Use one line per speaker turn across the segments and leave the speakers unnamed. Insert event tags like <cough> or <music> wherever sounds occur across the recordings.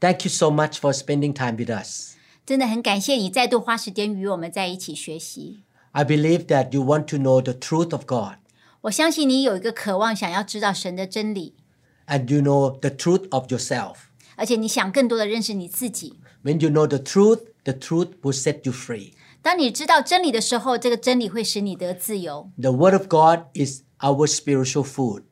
Thank you so much for spending time with us.
真的很感谢你再度花时间与我们在一起学习。
I believe that you want to know the truth of God
我相信你有一个渴望，想要知道神的真理，
and you know the truth of yourself.
而且你想更多的认识你自己。
When you know the truth, the truth will set you free.
当你知道真理的时候，这个真理会使你得自由。
The Word of God is our spiritual food.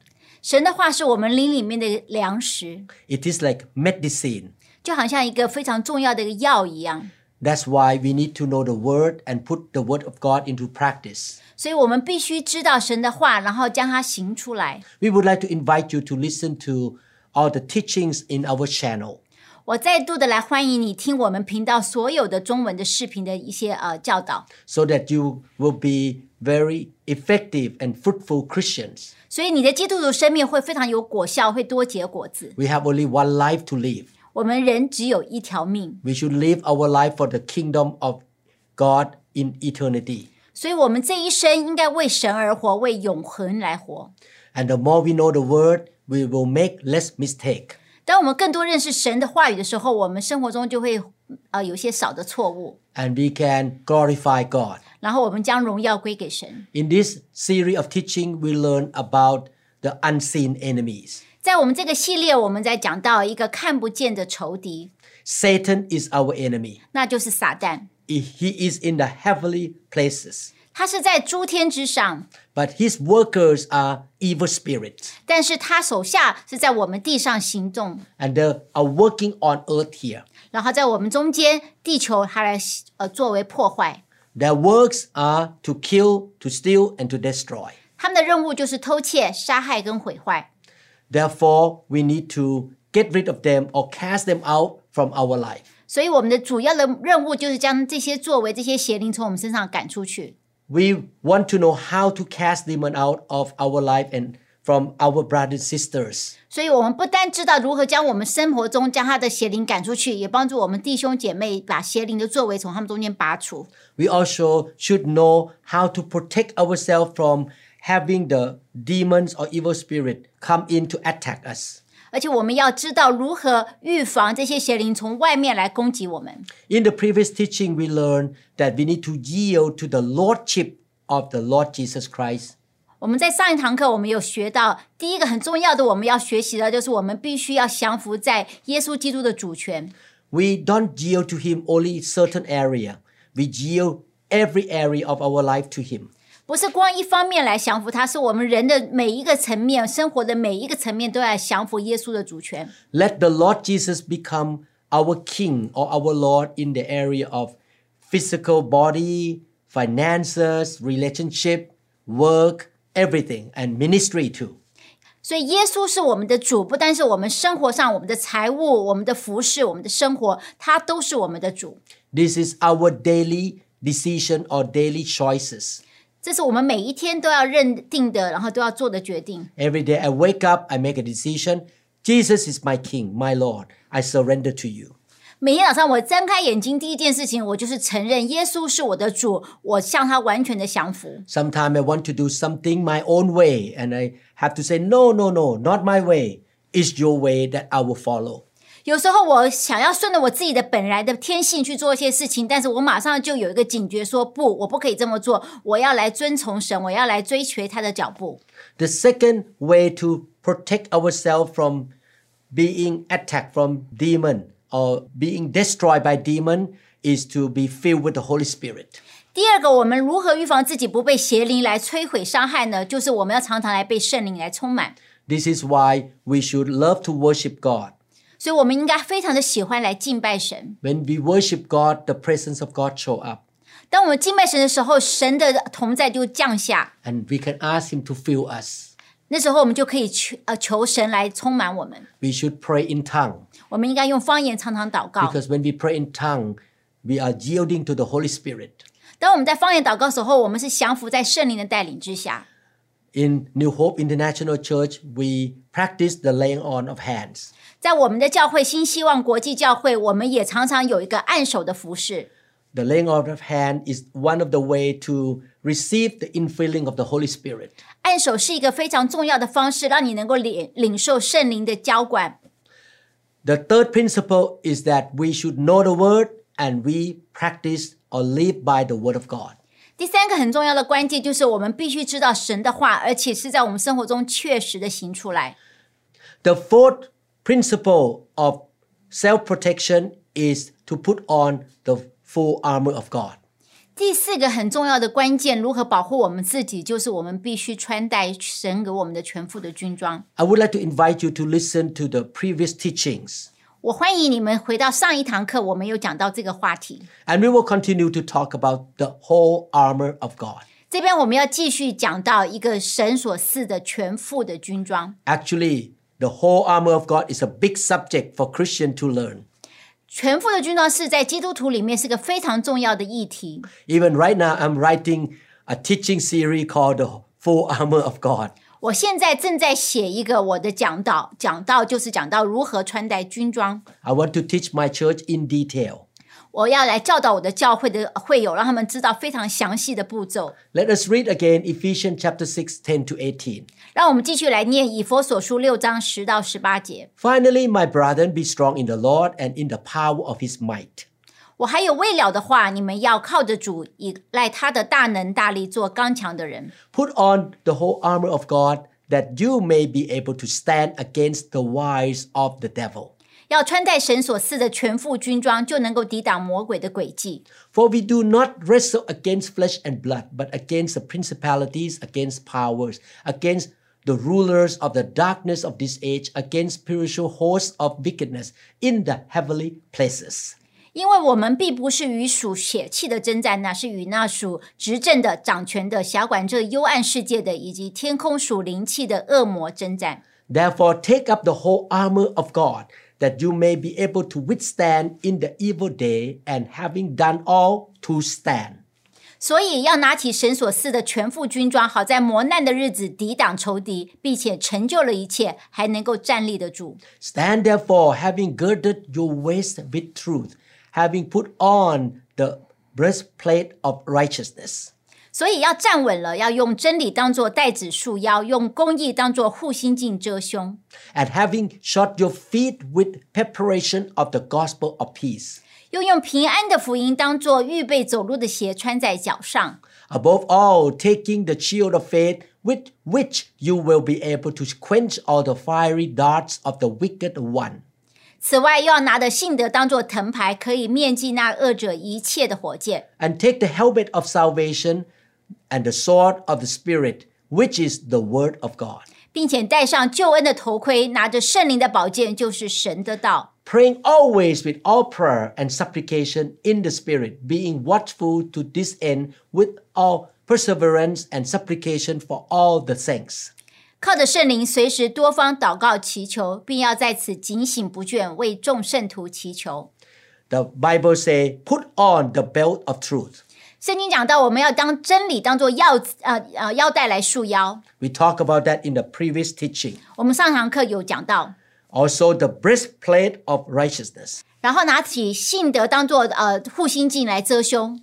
神的话是我们灵里面的粮食，
It is like medicine.
就好像一个非常重要的一个药一样。
That's why we need to know the Word and put the Word of God into practice.
所以我们必须知道神的话，然后将它行出来。
We would like to invite you to listen to all the teachings in our channel.
我再度的来欢迎你听我们频道所有的中文的视频的一些呃教导，
so that you will be very effective and fruitful Christians.
所以你的基督徒生命会非常有果效，会多结果子。
We have only one life to live.
我们人只有一条命，
We should live our life for the kingdom of God in eternity.
所以我们这一生应该为神而活，为永恒来活。
And the more we know the word, we will make less mistake.
当我们更多认识神的话语的时候，我们生活中就会呃有些少的错误，
And we can glorify God.
然后我们将荣耀归给神。
In this series of teaching, we learn about the unseen enemies.
在我们这个系列，我们在讲到一个看不见的仇敌，
Satan is our enemy.
那就是撒旦。
He is in the heavenly places,
他是在诸天之上，
but his workers are evil spirits.
但是他手下是在我们地上行动，
and they are working on earth here.
然后在我们中间地球，他来呃作为破坏。
Their works are to kill, to steal, and to destroy.
他们的任务就是偷窃、杀害跟毁坏。
Therefore, we need to get rid of them or cast them out from our life.
所以我们的主要的任务就是将这些作为这些邪灵从我们身上赶出去。
We want to know how to cast demon out of our life and from our brothers and sisters.
所以我们不单知道如何将我们生活中将他的邪灵赶出去，也帮助我们弟兄姐妹把邪灵的作为从他们中间拔除。
We also should know how to protect ourselves from having the demons or evil spirit come in to attack us.
而且我们要知道如何预防这些邪灵从外面来攻击我们。
In the previous teaching, we learned that we need to yield to the Lordship of the Lord Jesus Christ.
我们在上一堂课，我们有学到第一个很重要的，我们要学习的就是我们必须要降服在耶稣基督的主权。
We don't yield to Him only certain area. We yield every area of our life to Him.
不是光一方面来降服他，是我们人的每一个层面、生活的每一个层面都要降服耶稣的主权。
Let the Lord Jesus become our King or our Lord in the area of physical body, finances, relationship, work, everything, and ministry too.
所以耶稣是我们的主，不单是我们生活上、我们的财务、我们的服饰、我们的生活，他都是我们的主。
This is our daily decision or daily choices.
这是我们每一天都要认定的，然后都要做的决定。
Every day I wake up, I make a decision. Jesus is my King, my Lord. I surrender to you.
每天早上我睁开眼睛，第一件事情我就是承认耶稣是我的主，我向他完全的降服。
Sometimes I want to do something my own way, and I have to say, No, no, no, not my way. It's your way that I will follow.
有时候我想要顺着我自己的本来的天性去做一些事情，但是我马上就有一个警觉说，不，我不可以这么做，我要来遵从神，我要来追随他的脚步。
The second way to protect ourselves from being attacked from demon or being destroyed by demon is to be filled with the Holy Spirit.
第二个，我们如何预防自己不被邪灵来摧毁伤害呢？就是我们要常常来被圣灵来充满。
This is why we should love to worship God.
所以，我们应该非常的喜欢来敬拜神。
When we worship God, the presence of God show up.
当我们敬拜神的时候，神的同在就降下。
and we can ask him to fill us.
那时候我们就可以求呃求神来充满我们，
We should pray in tongue.
我们应该用方言常常祷告。
Because when we pray in tongue, we are yielding to the Holy Spirit.
当我们在方言祷告的时候，我们是降服在圣灵的带领之下。
In New Hope International Church, we practice the laying on of hands.
在我们的教会新希望国际教会，我们也常常有一个按手的服饰。
The laying on of hand is one of the way to receive the infilling of the Holy Spirit.
按手是一个非常重要的方式，让你能够领领受圣灵的浇灌。
The third principle is that we should know the word and we practice or live by the word of God.
第三个很重要的关键就是，我们必须知道神的话，而且是在我们生活中确实的行出来。
The fourth principle of self protection is to put on the full armor of God.
第四个很重要的关键，如何保护我们自己，就是我们必须穿戴神给我们的全副的军装。
I would like to invite you to listen to the previous teachings,
我欢迎你们回到上一堂课，我们有讲到这个话题。
and we will continue to talk about the whole armor of God.
这边我们要继续讲到一个神所赐的全副的军装。
Actually, the whole armor of God is a big subject for Christian to learn.
全副的军装是在基督徒里面是个非常重要的议题。
Even right now, I'm writing a teaching series called The Full Armor of God.
我现在正在写一个我的讲道，讲道就是讲到如何穿戴军装。
I want to teach my church in detail.
我要来教导我的教会的会友，让他们知道非常详细的步骤。
Let us read again Ephesians chapter 6, 10 to 18.
让我们继续来念以佛所书六章十到十八节。
Finally, my brethren, be strong in the Lord and in the power of his might.
我还有未了的话，你们要靠着主，依赖他的大能大力，做刚强的人。
Put on the whole armor of God that you may be able to stand against the wiles of the devil.
要穿戴神所赐的全副军装，就能够抵挡魔鬼的诡计。
For we do not wrestle against flesh and blood, but against the principalities, against powers, against the rulers of the darkness of this age, against spiritual hosts of wickedness in the heavenly places.
因为我们并不是与属血气的征战，乃是与那属执政的、掌权的、辖管这幽暗世界的，以及天空属灵气的恶魔征战。
Therefore, take up the whole armor of God, that you may be able to withstand in the evil day, and having done all, to stand.
所以要拿起神所赐的全副军装，好在磨难的日子抵挡仇敌，并且成就了一切，还能够站立得住。
Stand therefore, having girded your waist with truth, having put on the breastplate of righteousness,
所以要站稳了，要用真理当做带子束腰，用公义当做护心镜遮胸，
and having shod your feet with preparation of the gospel of peace.
又用平安的福音当做预备走路的鞋穿在脚上。
Above all, taking the shield of faith, with which you will be able to quench all the fiery darts of the wicked one.
此外，又要拿着信德当做藤牌，可以面记那恶者一切的火箭。
and take the helmet of salvation and the sword of the Spirit, which is the Word of God.
并且戴上救恩的头盔，拿着圣灵的宝剑，就是神的道。
Praying always with all prayer and supplication in the Spirit, being watchful to this end with all perseverance and supplication for all the saints.
靠着圣灵，随时多方祷告祈求，并要在此警醒不倦，为众圣徒祈求。
The Bible say, put on the belt of truth.
圣经讲到，我们要当真理当做腰子呃呃腰带来束腰。
We talked about that in the previous teaching.
我们上堂课有讲到，
Also, the breastplate of righteousness.
然后拿起信德当做呃护心镜来遮胸，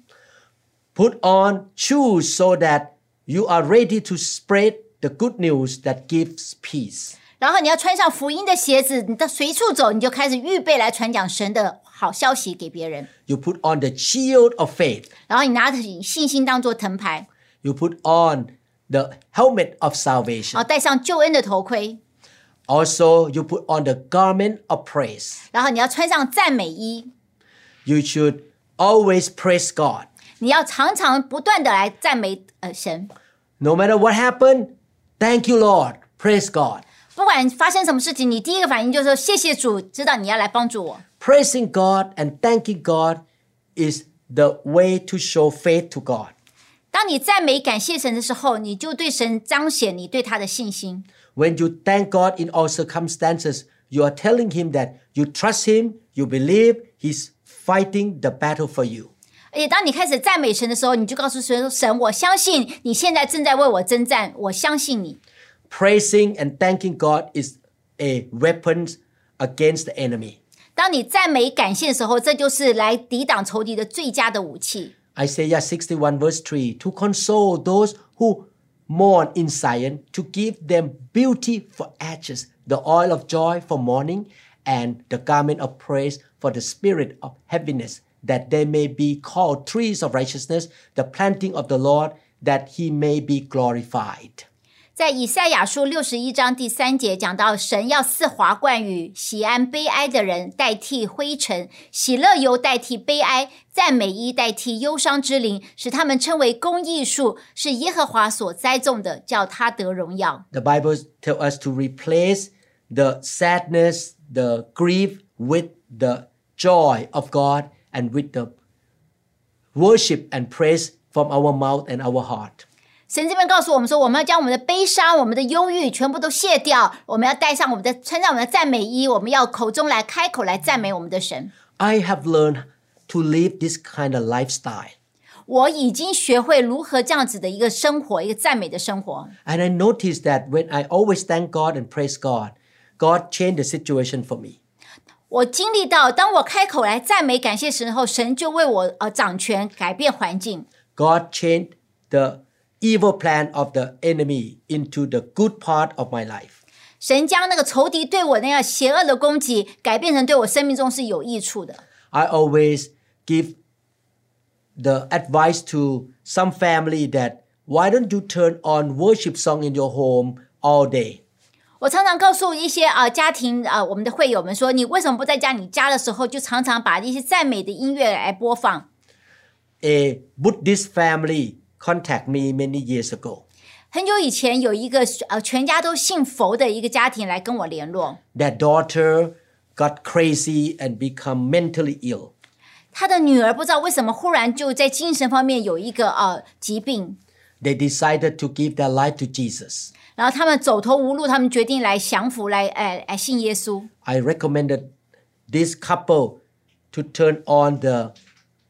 Put on shoes so that you are ready to spread the good news that gives peace.
然后你要穿上福音的鞋子，你到随处走，你就开始预备来传讲神的好消息给别人。
You put on the shield of faith.
然后你拿起信心当做藤牌，
You put on the helmet of salvation.
然后戴上救恩的头盔，
Also, you put on the garment of praise.
然后你要穿上赞美衣，
You should always praise God.
你要常常不断的来赞美呃神，
No matter what happened, thank you, Lord. Praise God.
不管发生什么事情，你第一个反应就是说谢谢主，知道你要来帮助我。
Praising God and thanking God is the way to show faith to God.
当你赞美感谢神的时候，你就对神彰显你对他的信心。
When you thank God in all circumstances, You are telling him that you trust him, you believe he's fighting the battle for you.
而且当你开始赞美神的时候，你就告诉神说：“神，我相信你现在正在为我征战，我相信你。
Praising and thanking God is a weapon against the enemy. ”
当你赞美感谢的时候，这就是来抵挡仇敌的最佳的武器。
Isaiah 61 verse 3 to console those who mourn in Zion, to give them beauty for ashes, the oil of joy for mourning, and the garment of praise for the spirit of heaviness, that they may be called trees of righteousness, the planting of the Lord, that he may be glorified.
在以赛亚书六十一章第三节讲到，神要赐华冠与喜安悲哀的人代替灰尘，喜乐油代替悲哀，赞美衣代替忧伤之灵，使他们称为公义树，是耶和华所栽种的，叫他得荣耀。
The Bible tells us to replace the sadness, the grief with the joy of God and with the worship and praise from our mouth and our heart.
神这边告诉我们说，我们要将我们的悲伤、我们的忧郁全部都卸掉，我们要带上我们的穿上我们的赞美衣，我们要口中来开口来赞美我们的神。
I have learned to live this kind of lifestyle.
我已经学会如何这样子的一个生活，一个赞美的生活。
And I noticed that when I always thank God and praise God, God changed the situation for me.
我经历到，当我开口来赞美感谢神后，神就为我呃掌权，改变环境。
God changed the evil plan of the enemy into the good part of my life.
神将那个仇敌对我那样邪恶的攻击，改变成对我生命中是有益处的。
I always give the advice to some family that why don't you turn on worship song in your home all day?
我常常告诉一些啊、呃家庭啊、呃我们的会友们说，你为什么不在家你家的时候就常常把一些赞美的音乐来播放？
A Buddhist family contacted me many years ago.
很久以前有一个呃全家都信佛的一个家庭来跟我联络，
Their daughter got crazy and become mentally ill.
他的女儿不知道为什么忽然就在精神方面有一个呃疾病，
They decided to give their life to Jesus.
然后他们走投无路，他们决定来降服，来哎来信耶稣。
I recommended this couple to turn on the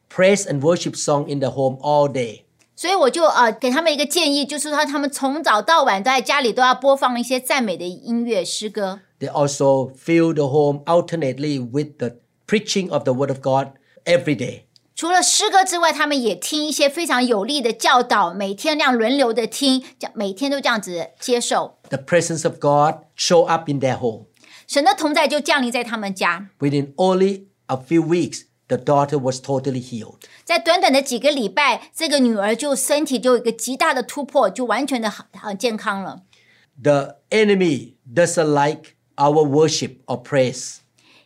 praise and worship song in the home all day.
所以我就呃给他们一个建议，就是说他们从早到晚都在家里都要播放一些赞美的音乐诗歌，
They also fill the home alternately with the preaching of the word of God every day.
除了诗歌之外，他们也听一些非常有力的教导，每天这样轮流的听，这样每天都这样子接受。
The presence of God show up in their home.
神的同在就降临在他们家，
Within only a few weeks, the daughter was totally healed.
在短短的几个礼拜，这个女儿就身体就有一个极大的突破，就完全的好很健康了。
The enemy doesn't like our worship or praise.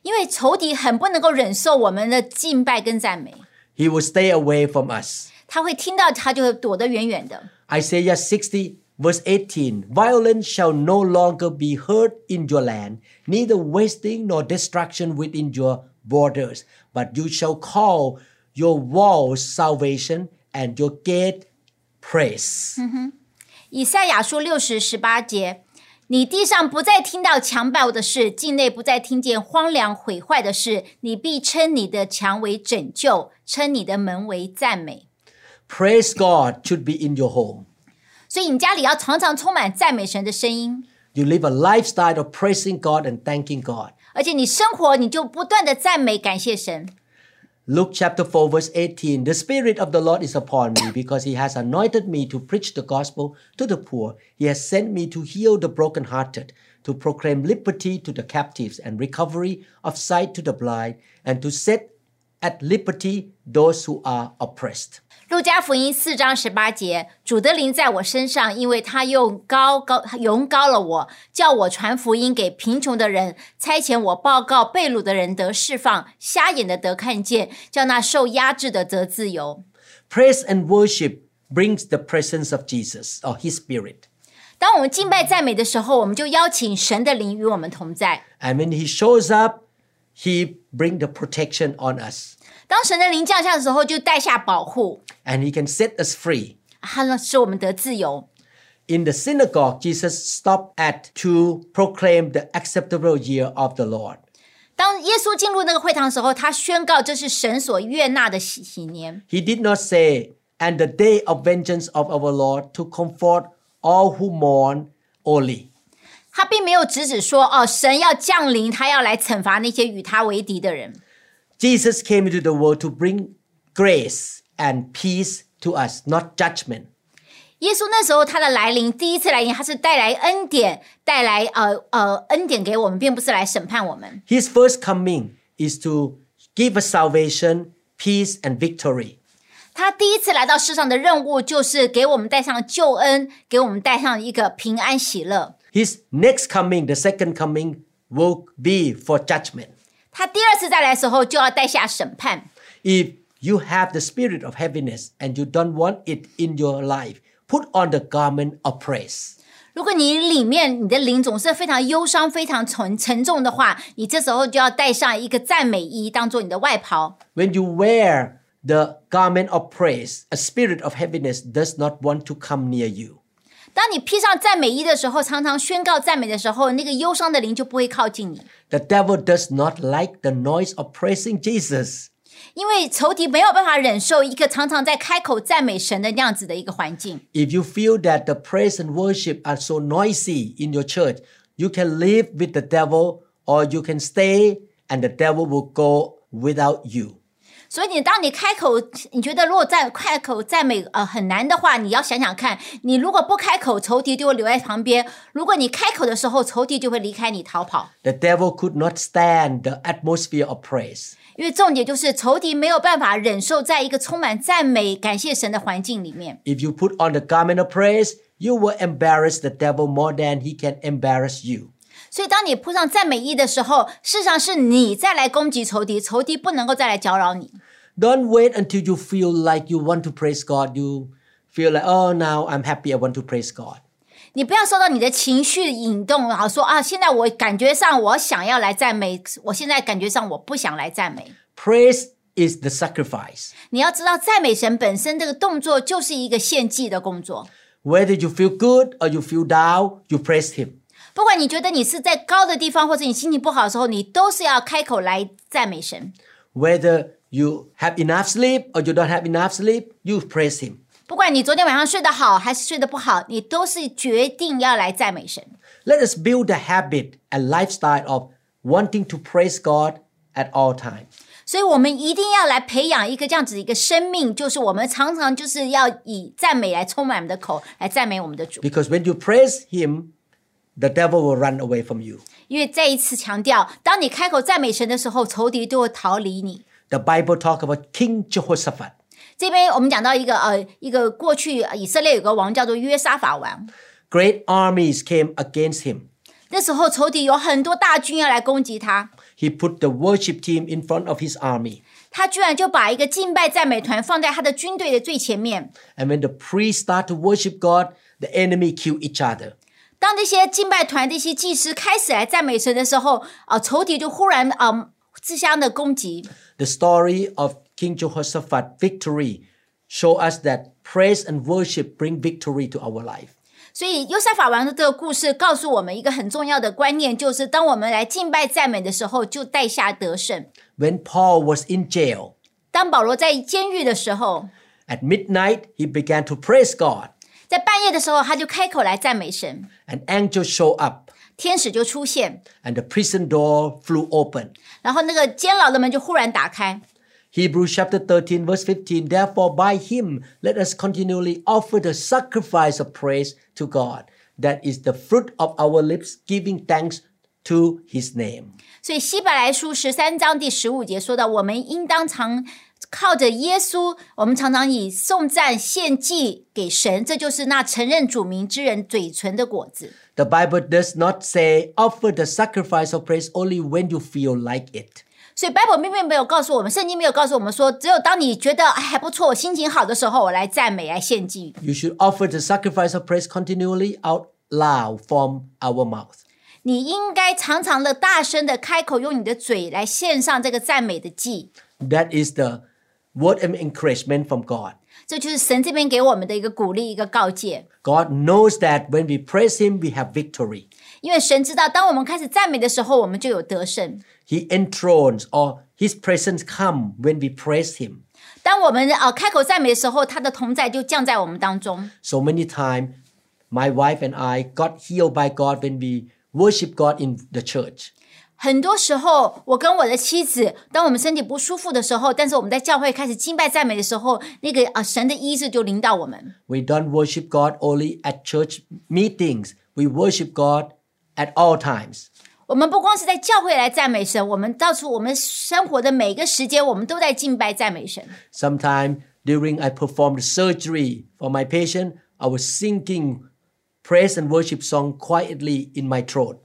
因为仇敌很不能够忍受我们的敬拜跟赞美，
He will stay away from us.
他会听到他就会躲得远远的。
Isaiah 60, verse 18 Violence shall no longer be heard in your land, neither wasting nor destruction within your borders, but you shall call your walls salvation and your gate praise.
以赛亚书六十十八节：你地上不再听到强暴的事，境内不再听见荒凉毁坏的事，你必称你的墙为拯救，称你的门为赞美。
Praise God should be in your home.
所以你家里要常常充满赞美神的声音，
You live a lifestyle of praising God and thanking God.
而且你生活你就不断的赞美感谢神。
Luke chapter 4, verse 18 The Spirit of the Lord is upon me because He has anointed me to preach the gospel to the poor. He has sent me to heal the brokenhearted, to proclaim liberty to the captives and recovery of sight to the blind, and to set at liberty those who are oppressed.
路加福音四章十八节，主的灵在我身上，因为他用高高用高了我，叫我传福音给贫穷的人，差遣我报告被掳的人得释放，瞎眼的得看见，叫那受压制的得自由。
Praise and worship brings the presence of Jesus or His Spirit.
当我们敬拜赞美的时候，我们就邀请神的灵与我们同在。
And when He shows up, He brings the protection on us
当神的灵降下的时候，就带下保护，
and He can set us free.
它呢使我们得自由。
In the synagogue, Jesus stopped at to proclaim the acceptable year of the Lord.
当耶稣进入那个会堂的时候，他宣告这是神所悦纳的喜喜年。
He did not say, and the day of vengeance of our Lord to comfort all who mourn only.
他并没有直指说哦，神要降临，他要来惩罚那些与他为敌的人。
Jesus came into the world to bring grace and peace to us, not judgment.
耶稣那时候他的来临，第一次来临，他是带来恩典，带来呃呃恩典给我们，并不是来审判我们。
His first coming is to give us salvation, peace, and victory.
他第一次来到世上的任务就是给我们带上救恩，给我们带上一个平安喜乐。
His next coming, the second coming, will be for judgment.
他第二次再来的时候就要带下审判。
If you have the spirit of heaviness and you don't want it in your life, put on the garment of praise.
如果你里面你的灵总是非常忧伤、非常沉沉重的话，你这时候就要带上一个赞美衣当做你的外袍。
When you wear the garment of praise, a spirit of heaviness does not want to come near you.
当你披上赞美衣的时候，常常宣告赞美的时候，那个忧伤的灵就不会靠近你，
The devil does not like the noise of praising Jesus.
因为仇敌没有办法忍受一个常常在开口赞美神的那样子的一个环境。
If you feel that the praise and worship are so noisy in your church, you can live with the devil or you can stay and the devil will go without you.
所以你当你开口，你觉得如果在开口赞美呃很难的话，你要想想看，你如果不开口，仇敌就会留在旁边；如果你开口的时候，仇敌就会离开你逃跑。
The devil could not stand the atmosphere of praise.
因为重点就是仇敌没有办法忍受在一个充满赞美、感谢神的环境里面。
If you put on the garment of praise, you will embarrass the devil more than he can embarrass you.
所以，当你铺上赞美衣的时候，事实上是你再来攻击仇敌，仇敌不能够再来搅扰你。
Don't wait until you feel like you want to praise God. You feel like, oh, now I'm happy, I want to praise God.
你不要受到你的情绪引动，然后说啊，现在我感觉上我想要来赞美，我现在感觉上我不想来赞美。
Praise is the sacrifice.
你要知道，赞美神本身这个动作就是一个献祭的工作。
Whether you feel good or you feel down, you praise Him.
不管你觉得你是在高的地方，或者你心情不好的时候，你都是要开口来赞美神。
Whether you have enough sleep or you don't have enough sleep, you praise Him.
不管你昨天晚上睡得好还是睡得不好，你都是决定要来赞美神。
Let us build the habit and lifestyle of wanting to praise God at all times.
所以，我们一定要来培养一个这样子一个生命，就是我们常常就是要以赞美来充满我们的口，来赞美我们的主。
Because when you praise Him, the devil will run away from you.
因为再一次强调，当你开口赞美神的时候，仇敌就会逃离你。
The Bible talk about King Jehoshaphat.
这边我们讲到一个呃，一个过去呃以色列有个王叫做约沙法王，
Great armies came against him.
那时候仇敌有很多大军要来攻击他，
He put the worship team in front of his army.
他居然就把一个敬拜赞美团放在他的军队的最前面。
And when the priests start to worship God, the enemy kill each other.
当这些敬拜团、这些祭司开始来赞美神的时候，啊、仇敌就忽然啊、自相的攻击。
The story of King Jehoshaphat victory show us that praise and worship bring victory to our life.
所以优撒法王的这个故事告诉我们一个很重要的观念，就是当我们来敬拜赞美的时候，就带下得胜。
When Paul was in jail,
当保罗在监狱的时候，
at midnight he began to praise God.
在半夜的时候，他就开口来赞美神，
An angel showed up
天使就出现，
and the prison door flew open.
然后那个监牢的门就忽然打开。
Hebrews chapter 13, verse 15. Therefore, by him let us continually offer the sacrifice of praise to God. That is the fruit of our lips, giving thanks to his name.
所以希伯来书十三章第十五节说到，我们应当常靠着耶稣，我们常常以颂赞献祭给神，这就是那承认主名之人嘴唇的果子。
The Bible does not say offer the sacrifice of praise only when you feel like it.
所以 Bible 并没有告诉我们，圣经没有告诉我们说，只有当你觉得哎还不错，我心情好的时候，我来赞美，来献祭。
You should offer the sacrifice of praise continually out loud from our mouth.
你应该常常的大声的开口，用你的嘴来献上这个赞美的祭。
That is the word of encouragement from God.
这就是神这边给我们的一个鼓励，一个告诫。
God knows that when we praise Him, we have victory.
因为神知道，当我们开始赞美的时候，我们就有得胜。
He enthrones or His presence come when we praise Him.
当我们呃开口赞美的时候，他的同在就降在我们当中。
So many times, my wife and I got healed by God when we worship God in the church.
很多时候，我跟我的妻子，当我们身体不舒服的时候，但是我们在教会开始敬拜赞美的时候，那个啊神的医治就临到我们。
We don't worship God only at church meetings. We worship God at all times.
我们不光是在教会来赞美神，我们到处我们生活的每个时间，我们都在敬拜赞美神。
Sometimes during I performed surgery for my patient, I was singing praise and worship song quietly in my throat.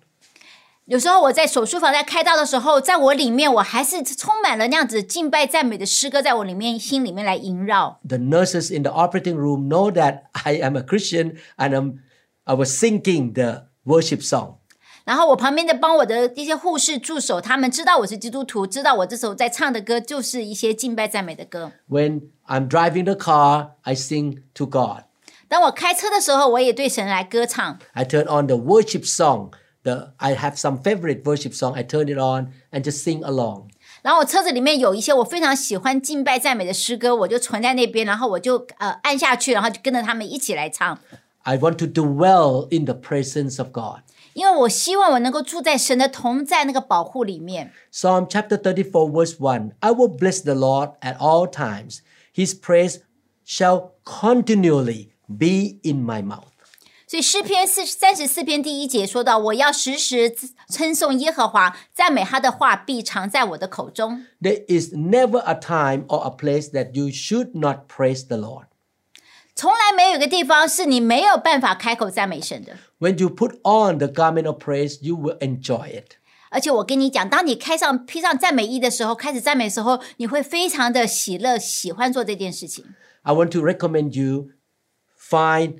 有时候我在手术房在开刀的时候，在我里面我还是充满了那样子敬拜赞美的诗歌，在我里面心里面来萦绕。
The nurses in the operating room know that <laughs> I am a Christian and I'm, I was singing the worship song.
然后我旁边的帮我的一些护士助手，他们知道我是基督徒，知道我这首在唱的歌就是一些敬拜赞美的歌。
When I'm driving the car, I sing to God.
当我开车的时候，我也对神来歌唱。
I turn on the worship song. The, I have some favorite worship song. I turn it on and just sing along.
然后我车子里面有一些我非常喜欢敬拜赞美的诗歌，我就存在那边，然后我就呃按下去，然后就跟着他们一起来唱。
I want to dwell in the presence of God.
因为我希望我能够住在神的同在那个保护里面。
Psalm chapter 34, verse 1 I will bless the Lord at all times. His praise shall continually be in my mouth.
所以诗篇四三十四篇第一节说到：“我要时时称颂耶和华，赞美他的话必常在我的口中。
There is never a time or a place that you should not praise the Lord. ”
从来没有一个地方是你没有办法开口赞美神的。
When you put on the garment of praise, you will enjoy it.
而且我跟你讲，当你开上披上赞美衣的时候，开始赞美的时候，你会非常的喜乐，喜欢做这件事情。
I want to recommend you find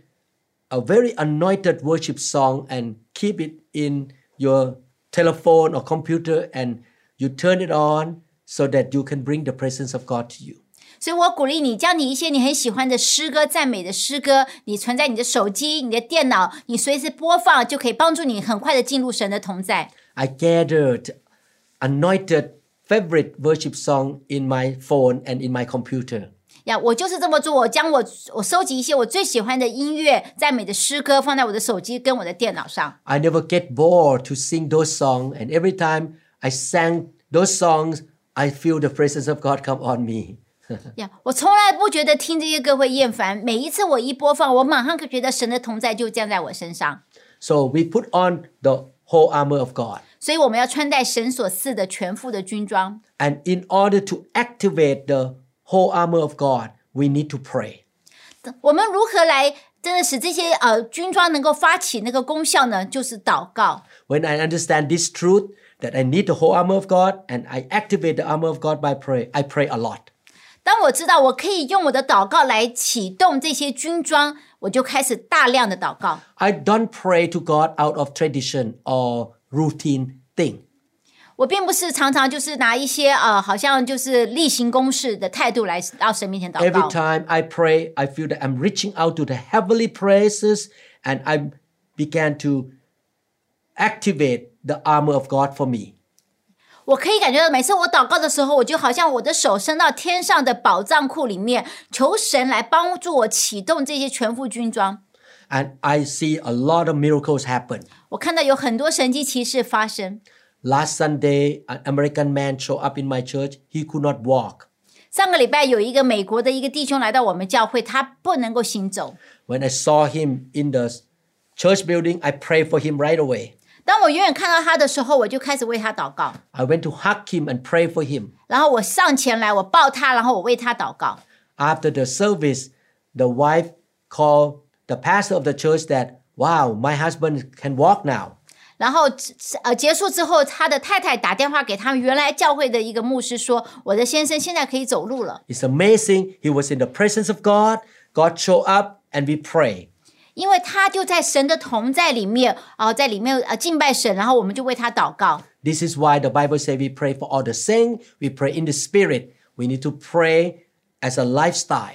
a very anointed worship song and keep it in your telephone or computer and you turn it on so that you can bring the presence of God to you.
所以我鼓励你，将你一些你很喜欢的诗歌、赞美的诗歌，你存在你的手机、你的电脑，你随时播放，就可以帮助你很快的进入神的同在。
I gathered anointed favorite worship song in my phone and in my computer.
呀，我就是这么做，我将我我收集一些我最喜欢的音乐、赞美的诗歌，放在我的手机跟我的电脑上。
I never get bored to sing those songs, and every time I sang those songs, I feel the presence of God come on me. <laughs>
呀，我从来不觉得听这些歌会厌烦，每一次我一播放，我马上就觉得神的同在就降在我身上。
So we put on the whole armor of God.
所以我们要穿戴神所赐的全副的军装。
And in order to activate the whole armor of God, we need to pray.
我们如何来真的使这些呃军装能够发起那个功效呢？就是祷告。
When I understand this truth that I need the whole armor of God and I activate the armor of God by prayer, I pray a lot.
当我知道我可以用我的祷告来启动这些军装，我就开始大量的祷告。
I don't pray to God out of tradition or routine thing.
我并不是常常就是拿一些呃，好像就是例行公事的态度来到神面前祷
Every
告。
time I pray, I feel that I'm reaching out to the heavenly praises and I began to activate the armor of God for me.
我可以感觉到，每次我祷告的时候，我就好像我的手伸到天上的宝藏库里面，求神来帮助我启动这些全副军装。
And I see a lot of miracles happen.
我看到有很多神迹奇事发生。
Last Sunday, an American man showed up in my church. He could not walk.
上个礼拜有一个美国的一个弟兄来到我们教会，他不能够行走。
When I saw him in the church building, I prayed for him right away.
当我远远看到他的时候，我就开始为他祷告。
I went to hug him and pray for him.
然后我上前来，我抱他，然后我为他祷告。
After the service, the wife called the pastor of the church that, wow, my husband can walk now.
然后呃，结束之后，他的太太打电话给他们原来教会的一个牧师说：“我的先生现在可以走路了。
It's amazing. He was in the presence of God. God showed up and we pray. ”
因为他就在神的同在里面，哦、在里面呃敬拜神，然后我们就为他祷告。
This is why the Bible says we pray for all the saints. We pray in the spirit. We need to pray as a lifestyle.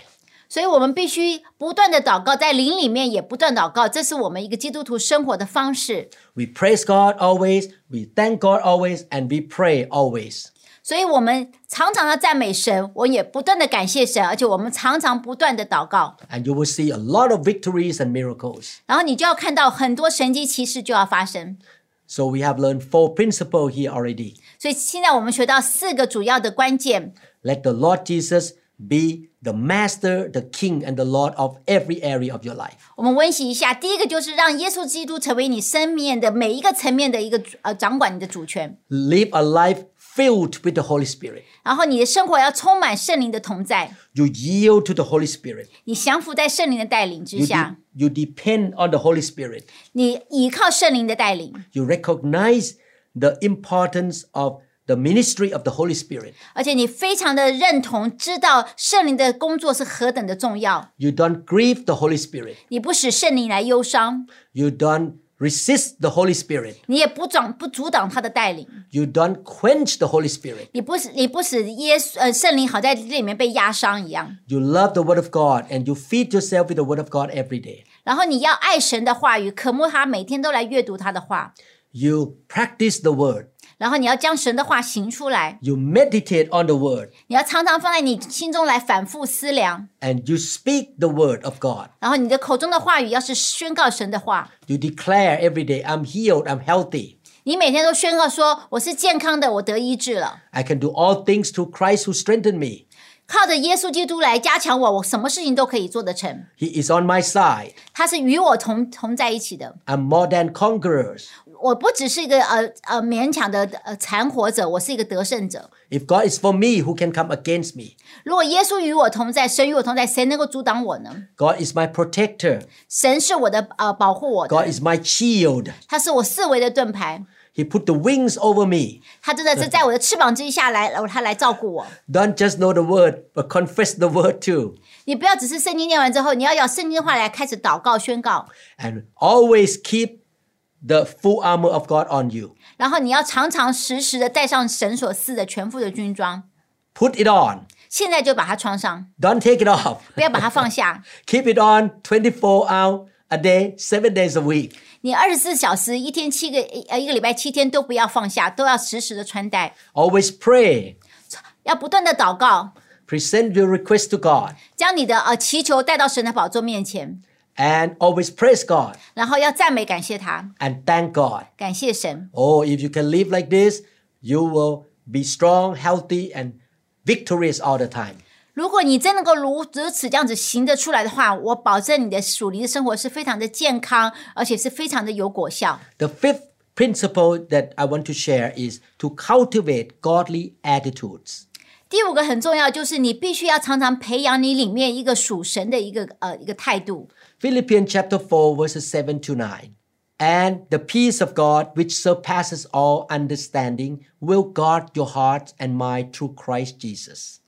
所以我们必须不断的祷告，在灵里面也不断祷告，这是我们一个基督徒生活的方式。
We praise God always, we thank God always, and we pray always.
所以我们常常的赞美神，我也不断的感谢神，而且我们常常不断的祷告，
And you will see a lot of victories and miracles.
然后你就要看到很多神迹奇事就要发生。
So we have learned four principles here already.
所以现在我们学到四个主要的关键，
Let the Lord Jesus be the master, the king, and the Lord of every area of your life.
我们温习一下。第一个就是让耶稣基督成为你生命的每一个层面的一个主呃掌管你的主权，
Live a life filled with the Holy Spirit.
然后你的生活要充满圣灵的同在，
You yield to the Holy Spirit. 你
你降服在圣灵的带领之
de-
下，
you depend on the Holy Spirit.
你依靠圣灵的带领，
You recognize the importance of the ministry of the Holy Spirit.
而且你非常的认同，知道圣灵的工作是何等的重要，
You don't grieve the Holy Spirit.
你不使圣灵来忧伤，
You don't resist the Holy Spirit.
你也不挡不阻挡他的带领，
You don't quench the Holy Spirit.
你不使你不使耶稣呃圣灵好在里面被压伤一样。
You love the Word of God and you feed yourself with the Word of God every day.
然后你要爱神的话语，渴慕他，每天都来阅读他的话，
You practice the Word.
然后你要将神的话行出来，
You meditate on the Word
你要常常放在你心中来反复思量，
and you speak the Word of God.
然后你的口中的话语要是宣告神的话，
You declare every day, I'm healed, I'm healthy.
你每天都宣告说我是健康的，我得医治了，
I can do all things through Christ who strengthened me.
靠着耶稣基督来加强我，我什么事情都可以做得成。
He is on my side.
他是与我同同在一起的，
I'm more than conquerors.
我不只是一个呃呃勉强的呃残活者，我是一个得胜者。
If God is for me, who can come against me?
如果耶稣与我同在，神与我同在，谁能够阻挡我呢？
God is my protector.
神是我的呃保护我的
God is my shield.
他是我四维的盾牌，
He put the wings over me.
他真的是在我的翅膀之下来，然后他来照顾我。
Don't just know the word, but confess the word too.
你不要只是圣经念完之后，你要有圣经的话来开始祷告宣告，
And always keep the full armor of God on you.
然后你要常常时时的带上神所赐的全副的军装，
Put it on.
现在就把它穿上，
Don't take it off. <laughs>
不要把它放下。
Keep it on 24 hours a day, seven days a week.
你二十四小时一天七个呃一个礼拜七天都不要放下，都要时时的穿戴，
Always pray.
要不断的祷告，
Present your request to God.
将你的呃祈求带到神的宝座面前，
And always praise God
然后要赞美感谢他，
and thank God.
感谢神。
Oh, if you can live like this, you will be strong, healthy, and victorious all the time.
如果你真能够如如此这样子行得出来的话，我保证你的属灵的生活是非常的健康，而且是非常的有果效。
The fifth principle that I want to share is to cultivate godly attitudes.
第五个很重要，就是你必须要常常培养你里面一个属神的一个呃一个态度。
Philippians chapter 4, verses 7 to 9. And the peace of God, which surpasses all understanding, will guard your hearts and mind through Christ Jesus.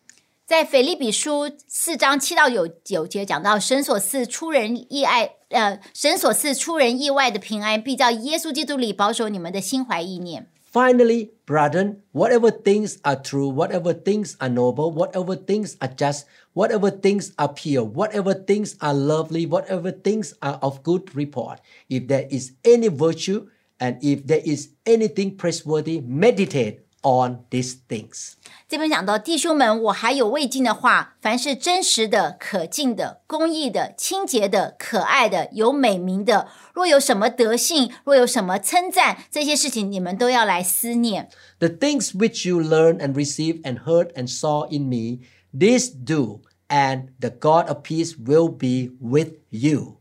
在腓立比书四章七到九九节讲到，神所赐出人意爱，呃，神所赐出人意外的平安，必叫耶稣基督里保守你们的心怀意念。
Finally, brethren, whatever things are true, whatever things are noble, whatever things are just, whatever things are pure, whatever things are lovely, whatever things are of good report, if there is any virtue and if there is anything praiseworthy, meditate on these things.
这边讲到，弟兄们，我还有未尽的话，凡是真实的、可敬的、公义的、清洁的、可爱的、有美名的，若有什么德性，若有什么称赞，这些事情你们都要来思念。
The things which you learned and received and heard and saw in me, these do, and the God of peace will be with you.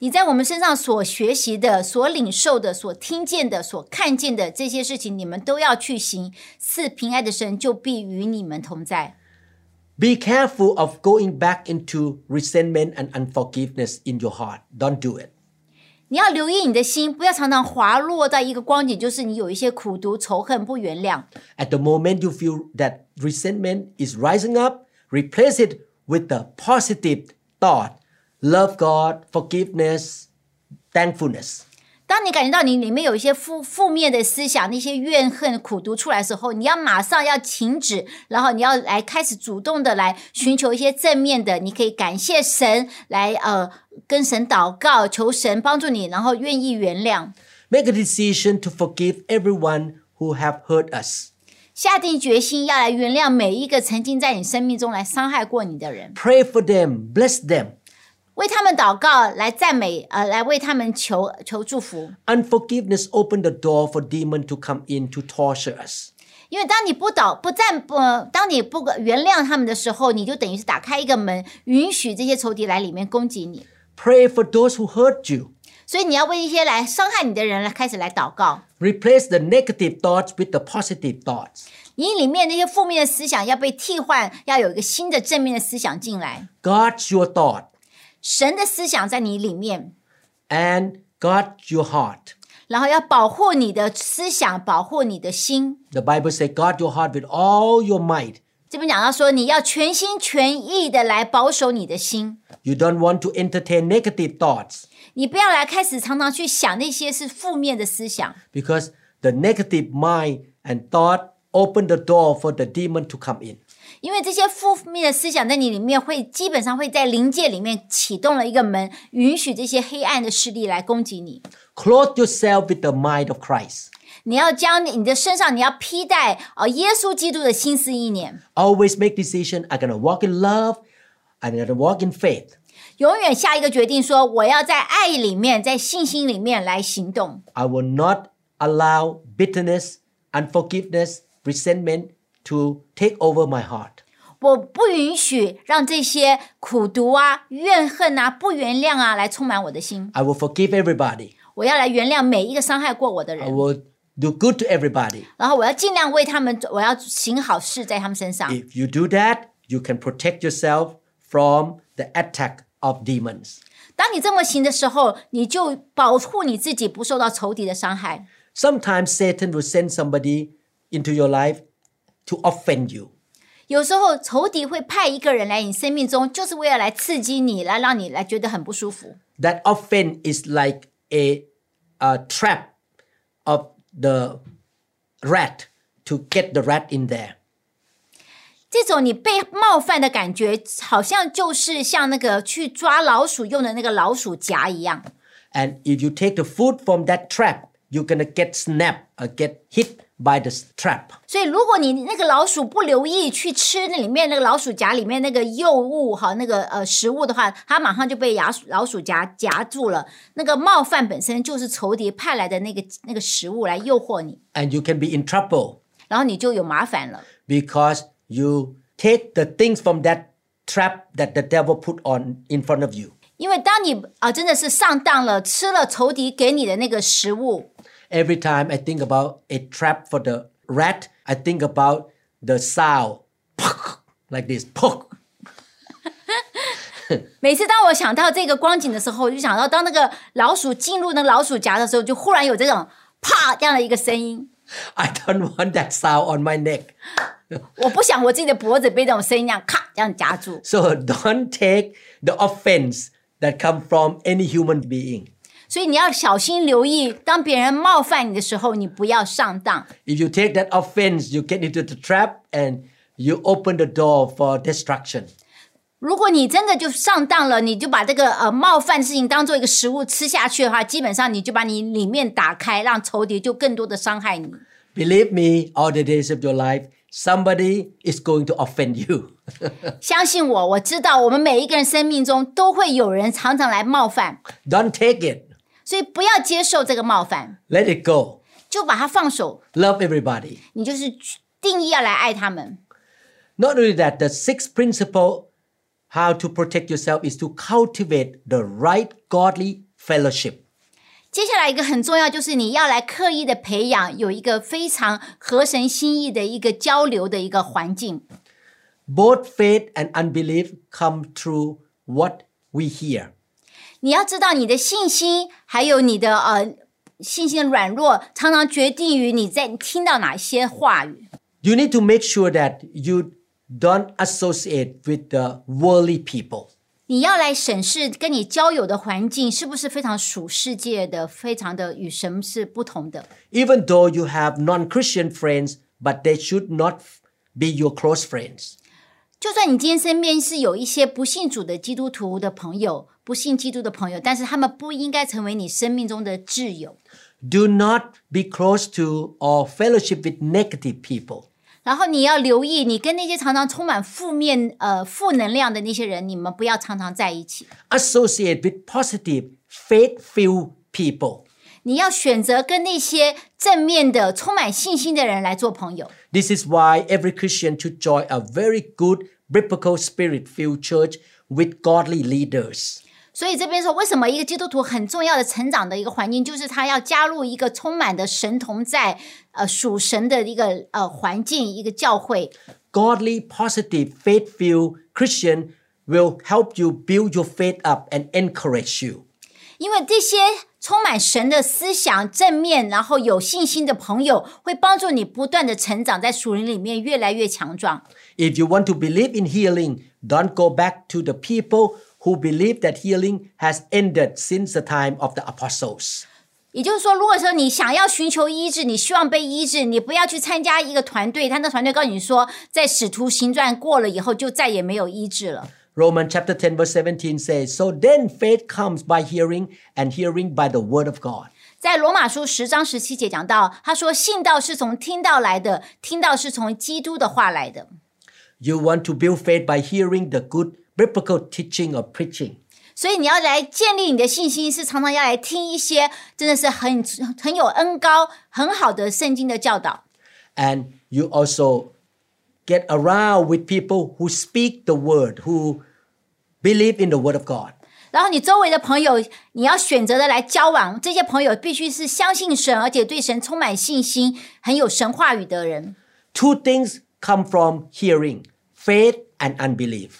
你在我们身上所学习的、所领受的、所听见的、所看见的这些事情，你们都要去行。赐平安的神就必与你们同在。
Be careful of going back into resentment and unforgiveness in your heart. Don't do it.
你要留意你的心，不要常常滑落在一个光景，就是你有一些苦毒、仇恨、不原谅。
At the moment you feel that resentment is rising up, replace it with the positive thought love God, forgiveness, thankfulness.
当你感觉到你里面有一些负负面的思想、那些怨恨、苦读出来的时候，你要马上要停止，然后你要来开始主动的来寻求一些正面的，你可以感谢神，来呃跟神祷告，求神帮助你，然后愿意原谅，
Make a decision to forgive everyone who have hurt us.
下定决心要来原谅每一个曾经在你生命中来伤害过你的人，
Pray for them, bless them.
为他们祷告，来赞美，呃，来为他们求求祝福。
Unforgiveness opened the door for demon to come in to torture us.
因为当你不祷不赞不、呃当你不原谅他们的时候，你就等于是打开一个门，允许这些仇敌来里面攻击你。
Pray for those who hurt you.
所以你要为一些来伤害你的人来开始来祷告，
Replace the negative thoughts with the positive thoughts.
你里面那些负面的思想要被替换，要有一个新的正面的思想进来。
Guard your thought
神的思想在你里面，
and guard your heart.
然后要保护你的思想，保护你的心。
The Bible says, guard your heart with all your might.
这边讲到说，你要全心全意的来保守你的心，
You don't want to entertain negative thoughts
你不要来开始常常去想那些是负面的思想，
because the negative mind and thought open the door for the demon to come in.
因为这些负面的思想在你里面会基本上会在灵界里面启动了一个门，允许这些黑暗的势力来攻击你。
Clothe yourself with the mind of Christ.
你要将你的身上，你要披戴啊、呃耶稣基督的心思意念，
Always make decision. I'm gonna walk in love. I'm gonna walk in faith.
永远下一个决定说，我要在爱里面，在信心里面来行动。
I will not allow bitterness, unforgiveness, resentment to take over my heart.
我不允许让这些苦毒啊、怨恨啊、不原谅啊来充满我的心。
I will forgive everybody.
我要来原谅每一个伤害过我的
I
人，
will do good to everybody.
然后我要尽量为他们，我要行好事在他们身上。
If you do that, you can protect yourself from the attack of demons.
当你这么行的时候，你就保护你自己不受到仇敌的伤害。
Sometimes Satan will send somebody into your life to offend you.
有时候仇敌会派一个人来你生命中，就是为了来刺激你，来让你来觉得很不舒服。
That offense is like a, a trap of the rat to get the rat in there.
这种你被冒犯的感觉，好像就是像那个去抓老鼠用的那个老鼠夹一样。
And if you take the food from that trap, you're gonna get snapped or get hit by the s- trap.
所以，如果你那个老鼠不留意去吃那里面那个老鼠夹里面那个幼物哈，那个呃食物的话，它马上就被牙鼠老鼠夹夹住了。那个冒犯本身就是仇敌派来的那个那个食物来诱惑你，
And you can be in trouble
然后你就有麻烦了。
because you take the things from that trap that the devil put on in front of you.
因为当你啊、真的是上当了，吃了仇敌给你的那个食物，
Every time I think about a trap for the rat, I think about the sound <laughs> like this. <laughs>
每次当我想到这个光景的时候，我就想到当那个老鼠进入那个老鼠夹的时候，就忽然有这种啪这样的一个声音。
I don't <laughs> want that sound on my neck.
我不想我自己的脖子被这种声音这样咔这样夹住，
So <laughs> don't take the offense that come from any human being.
所以你要小心留意，当别人冒犯你的时候，你不要上当。
If you take that offense, you get into the trap and you open the door for destruction.
如果你真的就上当了，你就把这个呃冒犯的事情当做一个食物吃下去的话，基本上你就把你里面打开，让仇敌就更多的伤害你。
Believe me, all the days of your life, somebody is going to offend you. <laughs>
相信我，我知道我们每一个人生命中都会有人常常来冒犯，
Don't take it.
所以不要接受这个冒犯，
Let it go.
就把它放手。
Love everybody.
你就是定义要来爱他们。
Not only that, the sixth principle how to protect yourself is to cultivate the right godly fellowship.
接下来一个很重要，就是你要来刻意的培养有一个非常合神心意的一个交流的一个环境。
Both faith and unbelief come through what we hear.
你要知道你的信心，还有你的呃信心的软弱，常常决定于你在听到哪些话语。
You need to make sure that you don't associate with the worldly people.
你要来审视跟你交友的环境是不是非常属世界的，非常的与神是不同的。
Even though you have non Christian friends, but they should not be your close friends.
就算你今天身边是有一些不信主的基督徒的朋友，不信基督的朋友，但是他们不应该成为你生命中的挚友。
Do not be close to or fellowship with negative people.
然后你要留意，你跟那些常常充满负面、呃负能量的那些人，你们不要常常在一起。
Associate with positive, faith filled people.
你要选择跟那些正面的、充满信心的人来做朋友。
This is why every Christian should join a very good, biblical, spirit filled church with godly leaders.
所以这边说，为什么一个基督徒很重要的成长的一个环境，就是他要加入一个充满的神同在、呃属神的一个呃环境、一个教会。
Godly, positive, faith filled Christian will help you build your faith up and encourage you.
因为这些充满神的思想、正面，然后有信心的朋友，会帮助你不断的成长，在属灵里面越来越强壮。
If you want to believe in healing, don't go back to the people who believe that healing has ended since the time of the apostles.
也就是说，如果说你想要寻求医治，你希望被医治，你不要去参加一个团队，他那团队告诉你说，在使徒行传过了以后，就再也没有医治了。
Romans chapter 10 verse 17 says, "So then faith comes by hearing and hearing by the word of God."
在罗马书十章十七节讲到，他说信道是从听到来的，听到是从基督的话来的。
You want to build faith by hearing the good biblical teaching or preaching.
所以你要来建立你的信心，是常常要来听一些真的是很很有恩高、很好的圣经的教导。
And you also get around with people who speak the word, who believe in the word of God.
然后你周围的朋友，你要选择的来交往，这些朋友必须是相信神，而且对神充满信心、很有神话语的人。
Two things come from hearing, faith and unbelief.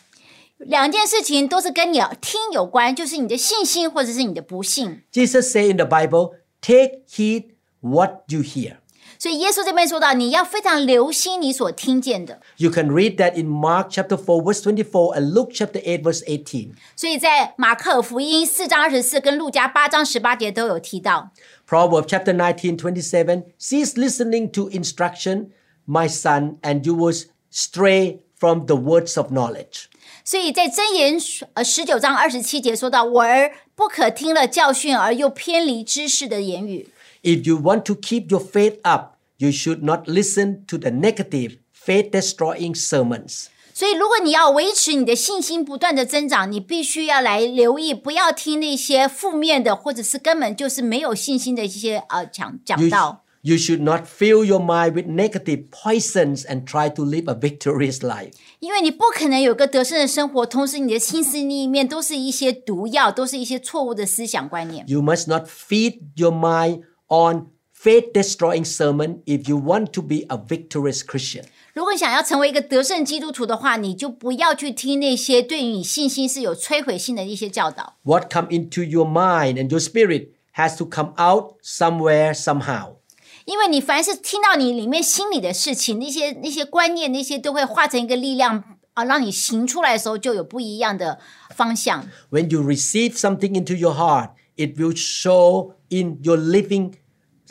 两件事情都是跟你听有关，就是你的信心或者是你的不信。
Jesus said in the Bible, take heed what you hear.
所以耶稣这边说到，你要非常留心你所听见的。
You can read that in Mark chapter 4 verse 24 and Luke chapter 8 verse 18.
所以在马克尔福音四章二十四跟路加八章十八节都有提到。
Proverbs chapter 19 27 cease listening to instruction, my son, and you will stray from the words of knowledge.
所以在箴言呃十九章二十七节说到：“我儿不可听了教训而又偏离知识的言语。
If you want to keep your faith up, you should not listen to the negative, faith destroying sermons. ”
所以，如果你要维持你的信心不断的增长，你必须要来留意，不要听那些负面的，或者是根本就是没有信心的一些呃讲
You,
讲道。
you should not fill your mind with negative poisons and try to live a victorious life.
因为你不可能有个得胜的生活，同时你的心思里面都是一些毒药，都是一些错误的思想观念。
You must not feed your mind on faith destroying sermon if you want to be a victorious Christian.
如果你想要成为一个得胜基督徒的话，你就不要去听那些对于你信心是有摧毁性的一些教导。
What come into your mind and your spirit has to come out somewhere somehow.
因为你凡是听到你里面心里的事情，那些那些观念，那些都会化成一个力量啊，让你行出来的时候就有不一样的方向。
When you receive something into your heart, it will show in your living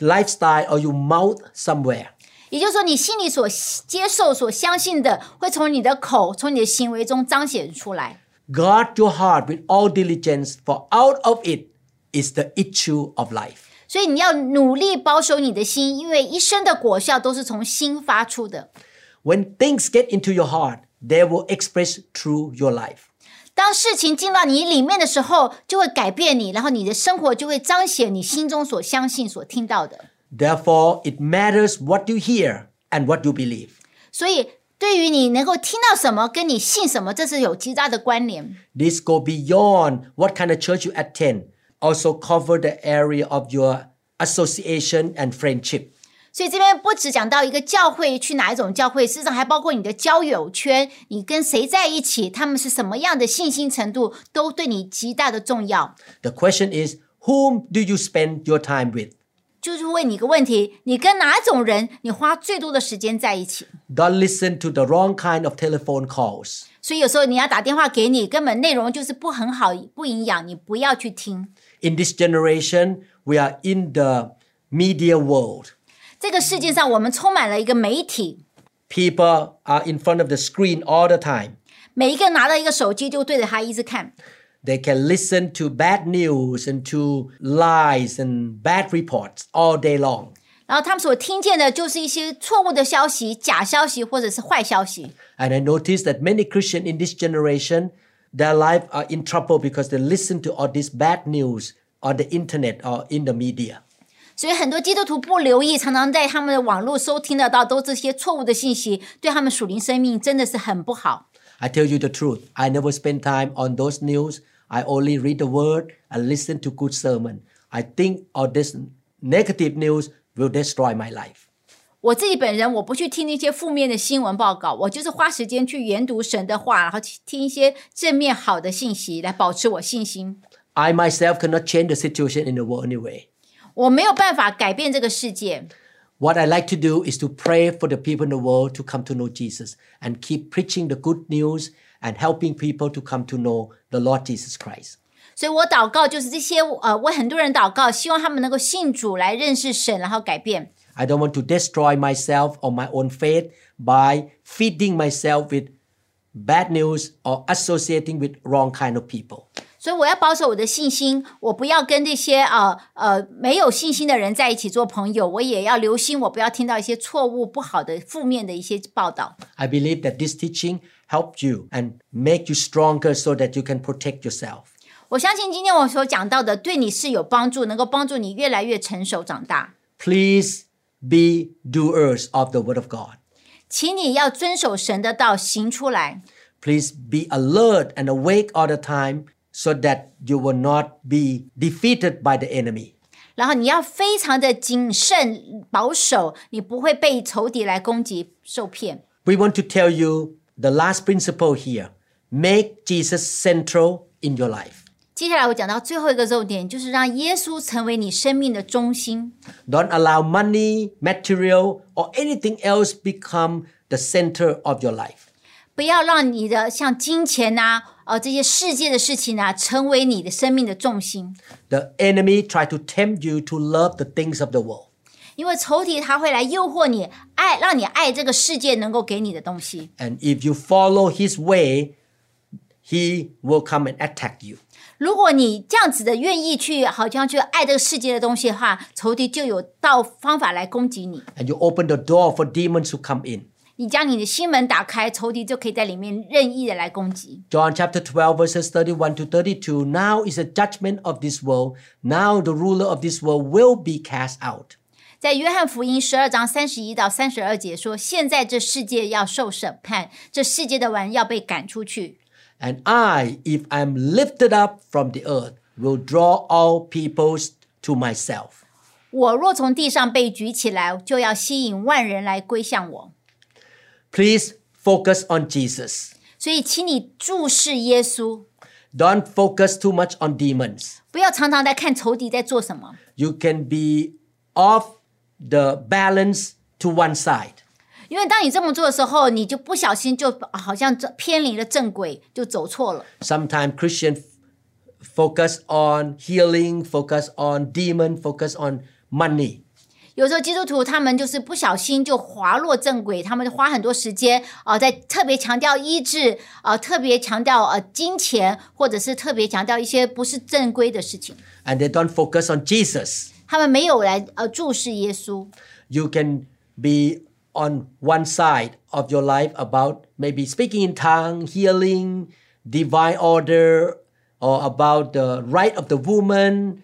lifestyle or your mouth somewhere.
也就是说，你心里所接受、所相信的，会从你的口、从你的行为中彰显出来。
Guard your heart with all diligence, for out of it is the issue of life.
所以你要努力保守你的心，因为一生的果效都是从心发出的。
When things get into your heart, they will express through your life.
当事情进到你里面的时候，就会改变你，然后你的生活就会彰显你心中所相信、所听到的。
Therefore, it matters what you hear and what you believe.
所以，对于你能够听到什么，跟你信什么，这是有极大的关联。
This go beyond what kind of church you attend. Also cover the area of your association and friendship.
所以这边不只讲到一个教会去哪一种教会，事实上还包括你的交友圈，你跟谁在一起，他们是什么样的信心程度，都对你极大的重要。
The question is, whom do you spend your time with?
就是问你一个问题：你跟哪种人，你花最多的时间在一起？
Don't listen to the wrong kind of telephone calls.
所以有时候你要打电话给你，根本内容就是不很好，不营养，你不要去听。
In this generation, we are in the media world.
这个世界上，我们充满了一个媒体，
People are in front of the screen all the time.
每一个人拿到一个手机就对着它一直看，
They can listen to bad news and to lies and bad reports all day long.
然后他们所听见的就是一些错误的消息、假消息或者是坏消息。
And I notice that many Christians in this generation, their life are in trouble because they listen to all this bad news on the internet or in the media.
所以很多基督徒不留意，常常在他们的网络收听得到都这些错误的信息，对他们属灵生命真的是很不好。
I tell you the truth, I never spend time on those news. I only read the word and listen to good sermon. I think all this negative news will destroy my life.
我自己本人，我不去听那些负面的新闻报告，我就是花时间去研读神的话，然后去听一些正面好的信息，来保持我信心。
I myself cannot change the situation in the world anyway.
我没有办法改变这个世界，
What I like to do is to pray for the people in the world to come to know Jesus and keep preaching the good news and helping people to come to know the Lord Jesus Christ.
所以我祷告就是这些呃，为很多人祷告，希望他们能够信主来认识神，然后改变。
I don't want to destroy myself or my own faith by feeding myself with bad news or associating with wrong kind of people.
所以我要保守我的信心，我不要跟这些呃呃没有信心的人在一起做朋友，我也要留心，我不要听到一些错误、不好的、负面的一些报道。
I believe that this teaching helped you and make you stronger so that you can protect yourself.
我相信今天我所讲到的对你是有帮助，能够帮助你越来越成熟长大。
Please be doers of the word of God.
请你要遵守神的道行出来，
Please be alert and awake all the time so that you will not be defeated by the enemy.
然后你要非常的谨慎保守，你不会被仇敌来攻击受骗。
We want to tell you the last principle here. Make Jesus central in your life.
接下来我讲到最后一个重点，就是让耶稣成为你生命的中心。
Don't allow money, material, or anything else become the center of your life.
不要让你的像金钱呐、呃这些世界的事情呐、成为你的生命的重心。
The enemy try to tempt you to love the things of the world.
因为仇敌他会来诱惑你爱，让你爱这个世界能够给你的东西。
And if you follow his way, he will come and attack you.
如果你这样子的愿意去，好像去爱这个世界的东西的话，仇敌就有到方法来攻击你。
And you open the door for demons to come in.
你将你的心门打开，仇敌就可以在里面任意的来攻击。
John chapter 12, verses 31 to 32. Now is the judgment of this world. Now the ruler of this world will be cast out.
在约翰福音十二章三十一到三十二节说：“现在这世界要受审判，这世界的王要被赶出去。
And I, if I'm lifted up from the earth, will draw all peoples to myself.
我若从地上被举起来，就要吸引万人来归向我。
Please focus on Jesus.
所以，请你注视耶稣，
Don't focus too much on demons.
不要常常在看仇敌在做什么。
You can be off the balance to one side.
因为当你这么做的时候，你就不小心就好像偏离了正轨，就走错了。
Sometimes Christians f- focus on healing, focus on demon, focus on money.
有时候基督徒他们就是不小心就滑落正轨，他们就花很多时间啊、呃在特别强调医治，啊、特别强调呃金钱，或者是特别强调一些不是正规的事情，
and they don't focus on Jesus.
他们没有来呃注视耶稣。
You can be on one side of your life about maybe speaking in tongue, healing, divine order, or about the right of the woman,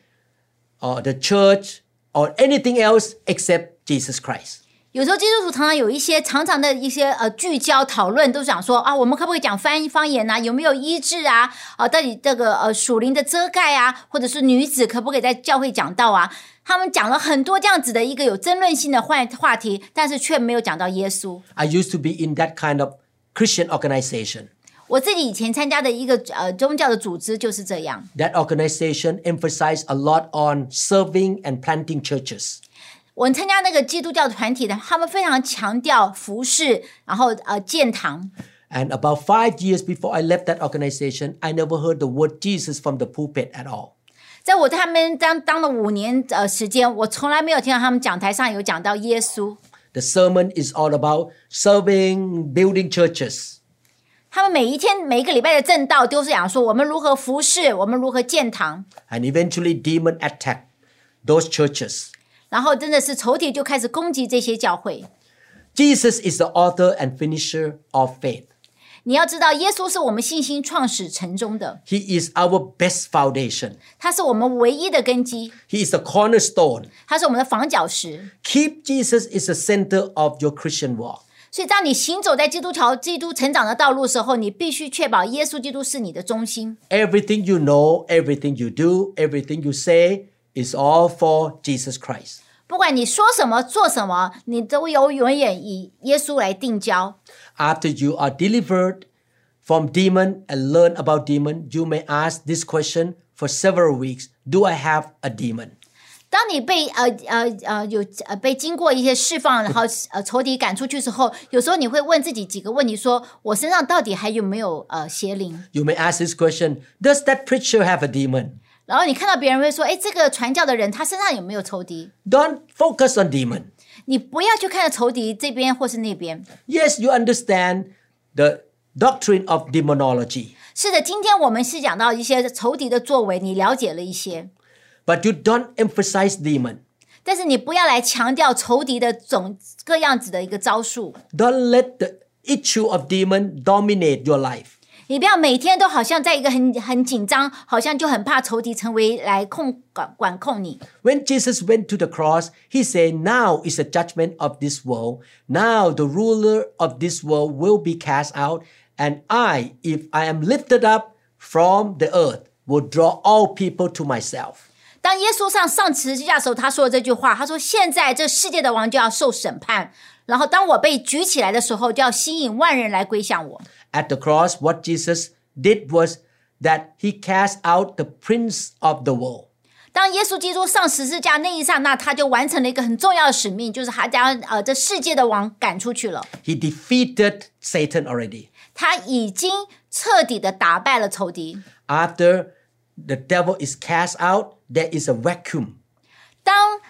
or the church, or anything else except Jesus Christ.
有时候基督徒常常有一些常常的一些呃聚焦讨论，都想说啊，我们可不可以讲翻译方言呐、有没有医治啊？啊，到底这个呃属灵的遮盖啊，或者是女子可不可以在教会讲道啊？他们讲了很多这样子的一个有争论性的话话题，但是却没有讲到耶稣。
I used to be in that kind of Christian organization.
我自己以前参加的一个呃宗教的组织就是这样，
That organization emphasized a lot on serving and planting churches.
我参加那个基督教团体的，他们非常强调服饰，然后呃建堂。
And about five years before I left that organization, I never heard the word Jesus from the pulpit at all.
在我他们当当了五年呃时间，我从来没有听到他们讲台上有讲到耶稣。
The sermon is all about serving, building churches.
他们每一天每一个礼拜的正道都是讲说我们如何服侍，我们如何建堂，
And eventually, demon attacked those churches.
然后真的是仇敌就开始攻击这些教会。
Jesus is the author and finisher of faith.
你要知道，耶稣是我们信心创始成终的，
He is our best foundation.
他是我们唯一的根基，
He is the cornerstone.
他是我们的房角石。
Keep Jesus is the center of your Christian walk.
所以，当你行走在基督条、基督成长的道路的时候，你必须确保耶稣基督是你的中心。
Everything you know, everything you do, everything you say is all for Jesus Christ.
不管你说什么、做什么，你都有永远以耶稣来定交。
After you are delivered from demon and learn about demon, you may ask this question for several weeks. Do I have a demon?
当你被呃呃呃有呃被经过一些释放，然后呃仇敌赶出去之后，有时候你会问自己几个问题说：我身上到底还有没有呃邪灵？
You may ask this question, does that preacher have a demon?
然后你看到别人会说：哎，这个传教的人他身上有没有仇敌？
Don't focus on demon.
你不要去看仇敌这边或是那边。
Yes, you understand the doctrine of demonology,
是的，今天我们是讲到一些仇敌的作为，你了解了一些，
but you don't emphasize demon.
但是你不要来强调仇敌的总各样子的一个招数，
Don't let the issue of demon dominate your life.
你不要每天都好像在一个很很紧张，好像就很怕仇敌成为来控管管控你。
When Jesus went to the cross, he said, Now is the judgment of this world. Now the ruler of this world will be cast out. And I, if I am lifted up from the earth, will draw all people to myself.
当耶稣上上十字架的时候，他说了这句话，他说：“现在这世界的王就要受审判，然后当我被举起来的时候，就要吸引万人来归向我。
At the cross, what Jesus did was that he cast out the prince of the world. ”
当耶稣基督上十字架那一刹那，他就完成了一个很重要的使命，就是他将呃这世界的王赶出去了。
He defeated Satan already.
他已经彻底的打败了仇敌。
After the devil is cast out, there is a vacuum.
当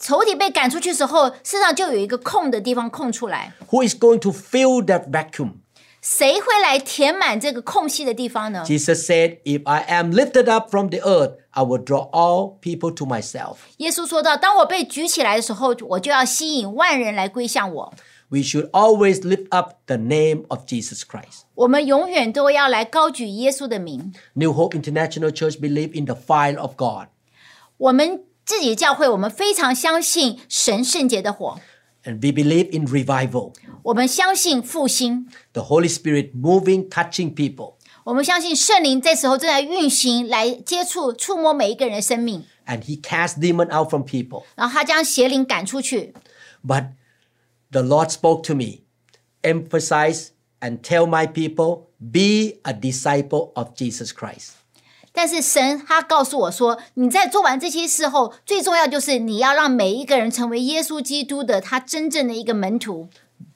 仇敌被赶出去的时候，身上就有一个空的地方空出来，
Who is going to fill that vacuum?
谁会来填满这个空隙的地方呢？
Jesus said, If I am lifted up from the earth, I will draw all people to myself.
耶稣说到：“当我被举起来的时候，我就要吸引万人来归向我。
We should always lift up the name of Jesus Christ. ”
我们永远都要来高举耶稣的名。
New Hope International Church believe in the fire of God.
我们自己教会，我们非常相信神圣洁的火，
And we believe in revival,
我们相信复兴，
the Holy Spirit moving, touching people.
我们相信圣灵这时候正在运行，来接触、触摸每一个人的生命。
And He cast demon out from people.
然后他将邪灵赶出去。
But the Lord spoke to me, emphasize and tell my people, be a disciple of Jesus Christ.
但是神他告诉我说，你在做完这些事后，最重要就是你要让每一个人成为耶稣基督的他真正的一个门徒。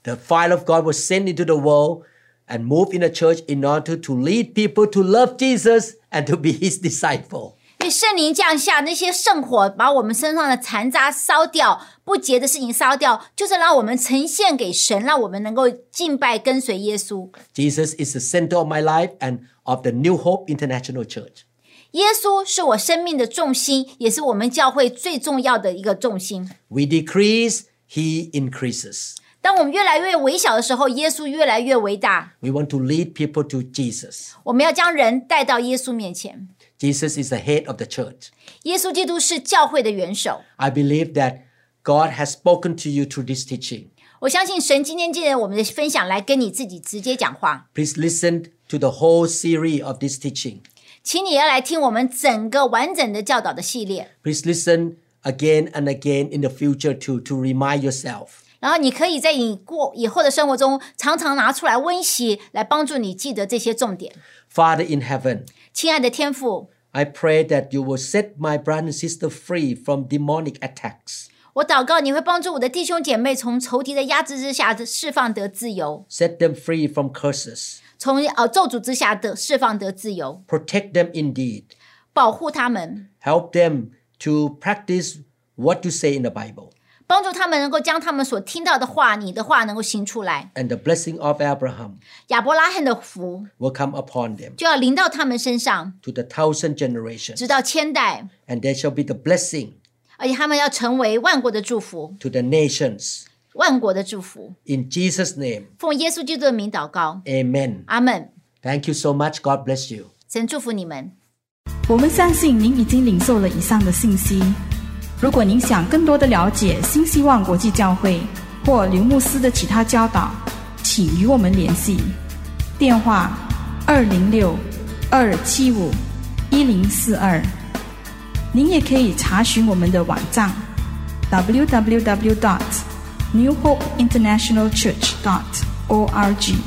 The fire of God was sent into the world and moved in the church in order to lead people to love Jesus and to be his disciple.
因为圣灵降下那些圣火，把我们身上的残渣烧掉，不洁的事情烧掉，就是让我们呈现给神，让我们能够敬拜跟随耶稣。
Jesus is the center of my life and of the New Hope International Church.
耶稣是我生命的重心，也是我们教会最重要的一个重心。
We decrease, he increases.
当我们越来越微小的时候，耶稣越来越伟大。
We want to lead people to Jesus.
我们要将人带到耶稣面前。
Jesus is the head of the church.
耶稣基督是教会的元首。
I believe that God has spoken to you through this teaching.
我相信神今天借着我们的分享来跟你自己直接讲话，
Please listen to the whole series of this teaching.
请你要来听我们整个完整的教导的系列，
Please listen again and again in the future too to remind yourself.
然后你可以在你过以后的生活中常常拿出来温习，来帮助你记得这些重点。
Father in heaven,
亲爱的天父，
I pray that you will set my brother and sister free from demonic attacks.
我祷告你会帮助我的弟兄姐妹从仇敌的压制之下释放得自由，
set them free from curses,
从呃咒诅之下的释放得自由，
protect them indeed,
保护他们，
help them to practice what you say in the Bible.
帮助他们能够将他们所听到的话、你的话能够行出来。
And the blessing of Abraham
亚伯拉罕的福
will come upon them
就要临到他们身上，
to the thousand generations,
直到千代，
and they shall be the blessing
而且他们要成为万国的祝福，
to the nations.
万国的祝福。
In Jesus' name,
奉耶稣基督的名祷告，
amen.
阿门。
Thank you so much. God bless you.
神祝福你们。
我们相信您已经领受了以上的信息。如果您想更多的了解新希望国际教会或刘牧师的其他教导，请与我们联系，电话二零六二七五一零四二。您也可以查询我们的网站 www.newhopeinternationalchurch.org。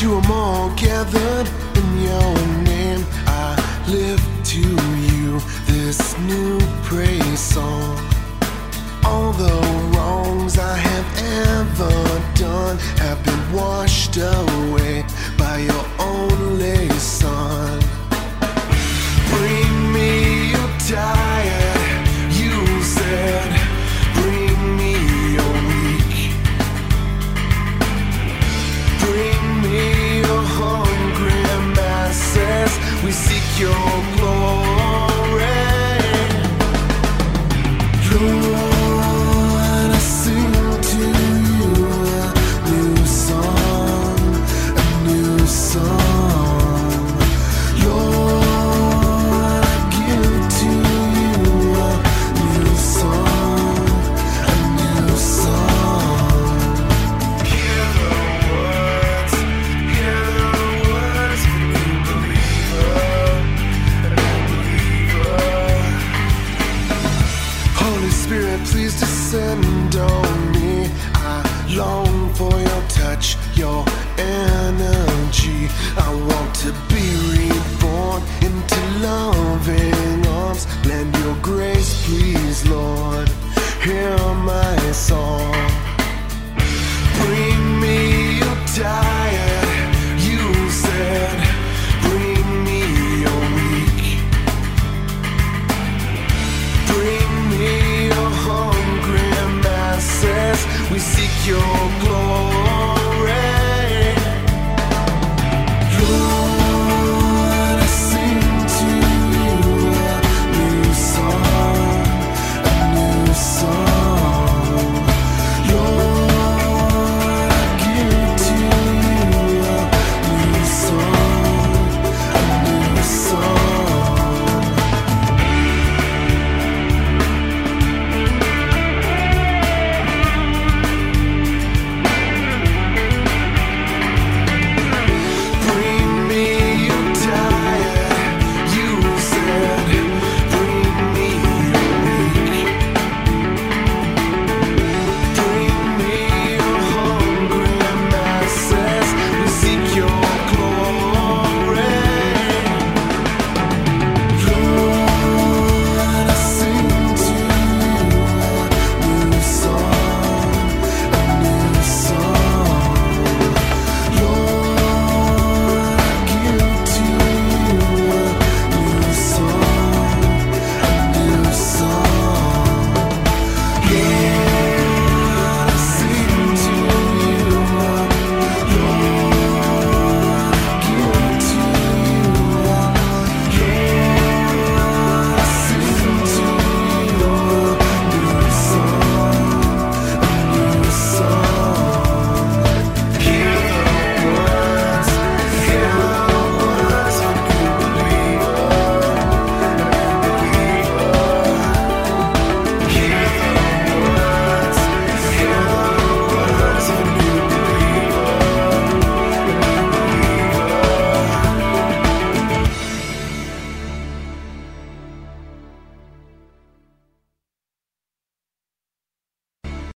To 'em all gathered in your name, I lift to you this new praise song. All the wrongs I have ever done have been washed away by your only son. Bring me your tired, you said. Bring me your weak. Bring me your hungry masses. We seek your glory. Lord, I sing to you a new song, a new song. Lord, I give to you a new song, a new song. Hear the words, hear the words of a new believer, a new believer. Holy Spirit, please descend on me. I long for your touch, your energy. I want to be reborn into loving arms. Lend your grace, please, Lord. Hear